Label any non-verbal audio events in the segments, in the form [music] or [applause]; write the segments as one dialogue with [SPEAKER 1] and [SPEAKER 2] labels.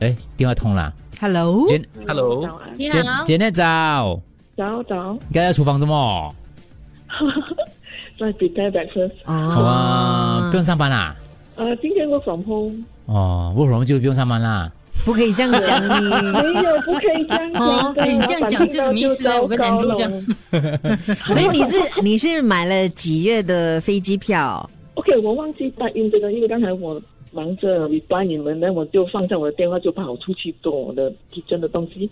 [SPEAKER 1] 哎，电话通了。
[SPEAKER 2] Hello，
[SPEAKER 1] 简
[SPEAKER 3] 早
[SPEAKER 1] Hello，
[SPEAKER 3] 安，
[SPEAKER 4] 你
[SPEAKER 1] 简
[SPEAKER 4] 好，
[SPEAKER 1] 简net 早，
[SPEAKER 3] 早早，
[SPEAKER 1] 你刚才在厨房做么？
[SPEAKER 3] 在 prepare breakfast。
[SPEAKER 2] 啊
[SPEAKER 1] 好啊
[SPEAKER 2] 哦
[SPEAKER 1] 吧，不用上班啦。
[SPEAKER 3] 呃，今天 work from home，
[SPEAKER 1] 哦，我们就不用上班啦。
[SPEAKER 2] 不可以这样讲你。
[SPEAKER 1] [laughs]
[SPEAKER 3] 没有不可以这样
[SPEAKER 4] [laughs]
[SPEAKER 3] 讲
[SPEAKER 4] 哦
[SPEAKER 3] 的。
[SPEAKER 4] 哎你这样讲是什么意思啊呢我跟梁璐这样
[SPEAKER 3] 样。
[SPEAKER 2] 所以你是你是买了几月的飞机票？
[SPEAKER 3] OK，我忘记答应这个，因为刚才我忙着 reply 你们，那我就放下我的电话，就跑出去做我的 kitchen 的东西。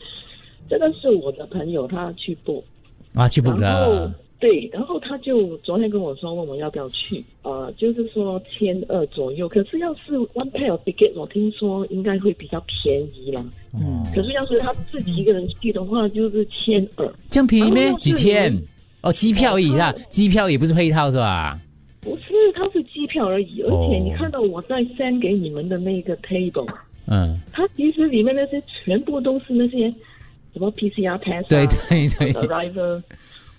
[SPEAKER 3] 这个是我的朋友，他去播，
[SPEAKER 1] 啊，去不
[SPEAKER 3] 然后
[SPEAKER 1] 了。
[SPEAKER 3] 对，然后他就昨天跟我说，问我要不要去，呃，就是说千二左右。可是要是 one pair of ticket，我听说应该会比较便宜啦。
[SPEAKER 1] 嗯，
[SPEAKER 3] 可是要是他自己一个人去的话，就是千二，
[SPEAKER 1] 这样便宜咩
[SPEAKER 3] 哦？
[SPEAKER 1] 几天？哦，机票一下，机票也不是配套是吧？
[SPEAKER 3] 不是，它是机票而已。而
[SPEAKER 1] 哦
[SPEAKER 3] 且你看到我在 send 给你们的那个 table，
[SPEAKER 1] 嗯，
[SPEAKER 3] 它其实里面那些全部都是那些什么 PCR test，、啊、
[SPEAKER 1] 对对对，
[SPEAKER 3] ，arrival，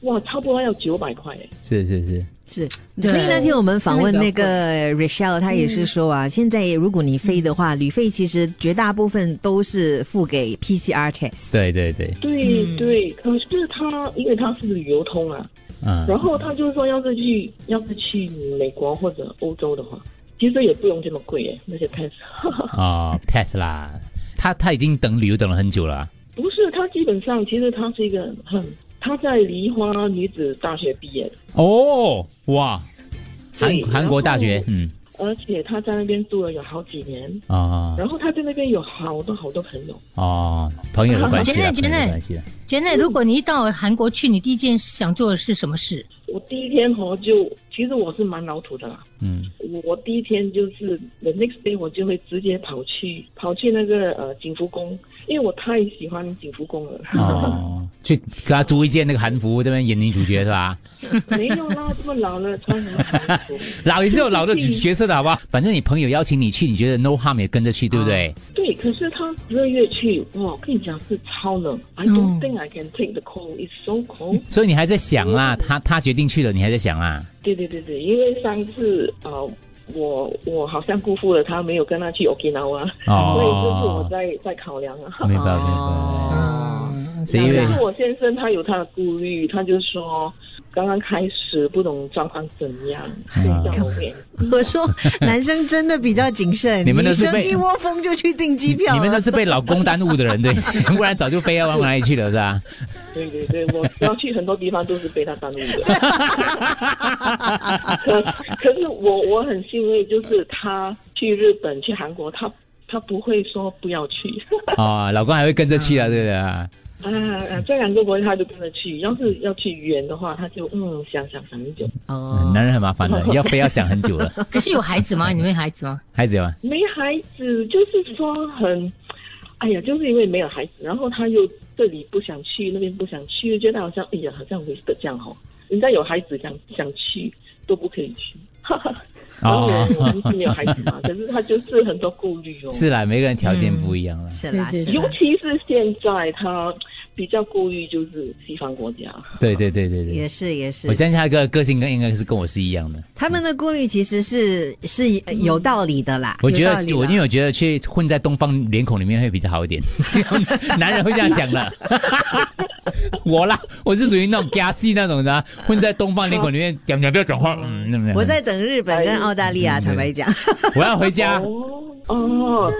[SPEAKER 3] 哇，差不多要九百块耶。
[SPEAKER 1] 是是是，
[SPEAKER 2] 是，
[SPEAKER 4] 对
[SPEAKER 2] 所以那天我们访问那个 Rachel，他也是说啊，现在如果你飞的话，旅费其实绝大部分都是付给 PCR test。
[SPEAKER 1] 对对对，
[SPEAKER 3] 对、
[SPEAKER 4] 嗯
[SPEAKER 3] 对，可是他因为他是旅游通啊，
[SPEAKER 1] 嗯
[SPEAKER 3] 然后他就说要是去要是去美国或者欧洲的话，其实也不用这么贵耶，那些 test。
[SPEAKER 1] 哦，test 啦，他他已经等旅游等了很久了。
[SPEAKER 3] 不是，他基本上其实他是一个很，他在梨花女子大学毕业的，
[SPEAKER 1] 哦，哇，韩
[SPEAKER 3] 对
[SPEAKER 1] 韩国大学
[SPEAKER 3] 然，后
[SPEAKER 1] 嗯
[SPEAKER 3] 而且他在那边住了有好几年，
[SPEAKER 1] 哦
[SPEAKER 3] 然后他在那边有好多好多朋友。
[SPEAKER 1] 哦，朋友的关系啦，朋
[SPEAKER 4] 觉
[SPEAKER 1] 友
[SPEAKER 4] 得觉
[SPEAKER 1] 的
[SPEAKER 4] 得
[SPEAKER 1] 关系啦。
[SPEAKER 4] 简奶，如果你到韩国去，你第一件想做的是什么 [laughs] 事？
[SPEAKER 3] 我第一天哦就，其实我是蛮老土的啦，
[SPEAKER 1] 嗯，
[SPEAKER 3] 我我第一天就是 the next day 我就会直接跑去跑去那个呃景福宫，因为我太喜欢景福宫了。
[SPEAKER 1] 哦， [laughs] 去给他租一件那个韩服，这边演女主角是吧？
[SPEAKER 3] [laughs] 没有啦，这么老了穿什么韩服？
[SPEAKER 1] 老也是有老的角角色的好不好？反正你朋友邀请你去，你觉得 no harm 也跟着去，对不对？
[SPEAKER 3] 对，可是他十二月去，哇，我跟你讲是超冷，I don't think I can take the cold, it's so cold。
[SPEAKER 1] 所以你还在想啦，他他决定去了，你还在想啊啦。
[SPEAKER 3] 对对对对，因为上次啊、呃我我好像辜负了他，没有跟他去 Okinawa，、所以这次我
[SPEAKER 1] 哦，
[SPEAKER 3] 在在考量啊。
[SPEAKER 1] 明白明白。
[SPEAKER 2] 哦，
[SPEAKER 1] 是因为
[SPEAKER 3] 但是我先生他有他的顾虑，他就说刚刚开始不懂状况怎样，就
[SPEAKER 1] 嗯
[SPEAKER 3] 叫我也
[SPEAKER 2] 我
[SPEAKER 1] [laughs]
[SPEAKER 2] 说男生真的比较谨慎，
[SPEAKER 1] 你们都
[SPEAKER 2] 女
[SPEAKER 1] 是
[SPEAKER 2] 生
[SPEAKER 1] 被
[SPEAKER 2] 一窝蜂就去订机票
[SPEAKER 1] 你们
[SPEAKER 2] 了
[SPEAKER 1] 都。是被老公耽误的人，对，不然早就飞到哪里去了，是吧？
[SPEAKER 3] 对对对，我要去很多地方都是被他耽
[SPEAKER 1] [laughs]
[SPEAKER 3] 误的。可可是我我很欣慰，就是他去日本、去韩国，他他不会说不要去
[SPEAKER 1] 哦，老公还会跟着去啊，对不对啊？
[SPEAKER 3] 啊。啊这两个国家他就跟着去，要是要去远的话，他就嗯想想想很久。
[SPEAKER 2] 哦，
[SPEAKER 1] 男人很麻烦的，要飞要想很久了。
[SPEAKER 4] 可是有孩子吗？你们有孩子吗？
[SPEAKER 1] 孩子有吗？
[SPEAKER 3] 没孩子，就是说很，哎呀，就是因为没有孩子，然后他又这里不想去，那边不想去，觉得好像哎呀，好像 w a s t 这样哦。人家有孩子想想去都不可以去，哈哈。然后
[SPEAKER 1] 哦
[SPEAKER 3] 我们是没有孩子嘛，可是他就是很多顾虑哦。
[SPEAKER 1] 是啦，每个人条件不一样啦。
[SPEAKER 2] 是啦，
[SPEAKER 4] 对
[SPEAKER 2] 是
[SPEAKER 4] 对对
[SPEAKER 2] 啦
[SPEAKER 3] 尤其是现在他比较顾虑就是西方国家，
[SPEAKER 1] 对对对对
[SPEAKER 2] 也
[SPEAKER 1] 对，
[SPEAKER 2] 是也是
[SPEAKER 1] 我。相信他个个性跟应该是跟我是一样的。
[SPEAKER 2] 他们的顾虑其实是是有道理的啦。
[SPEAKER 1] 我觉
[SPEAKER 4] 有道理
[SPEAKER 1] 得
[SPEAKER 4] 啦
[SPEAKER 1] 我因为我觉得去混在东方脸孔里面会比较好一点，就男人会这样想的。 [laughs] 我啦，我是属于那种加戏那种的啊，混在东方脸孔里面，讲讲不要讲话，嗯，那么样
[SPEAKER 2] 我在等日本跟澳大利亚，
[SPEAKER 1] 嗯
[SPEAKER 2] 坦白讲， [laughs]
[SPEAKER 1] 我要回
[SPEAKER 3] [laughs]
[SPEAKER 1] 家。
[SPEAKER 3] 哦哦，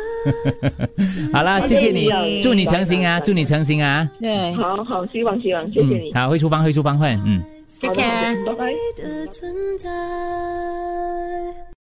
[SPEAKER 1] 好啦，谢谢你，祝你成型啊，祝你成型啊。
[SPEAKER 4] 对
[SPEAKER 3] 好好，希望希望，谢谢
[SPEAKER 1] 嗯
[SPEAKER 3] 你，，
[SPEAKER 1] 好，会出方会出方换，嗯。
[SPEAKER 4] ，take
[SPEAKER 3] 好的好
[SPEAKER 4] care
[SPEAKER 3] 的。拜拜。
[SPEAKER 5] 的存在。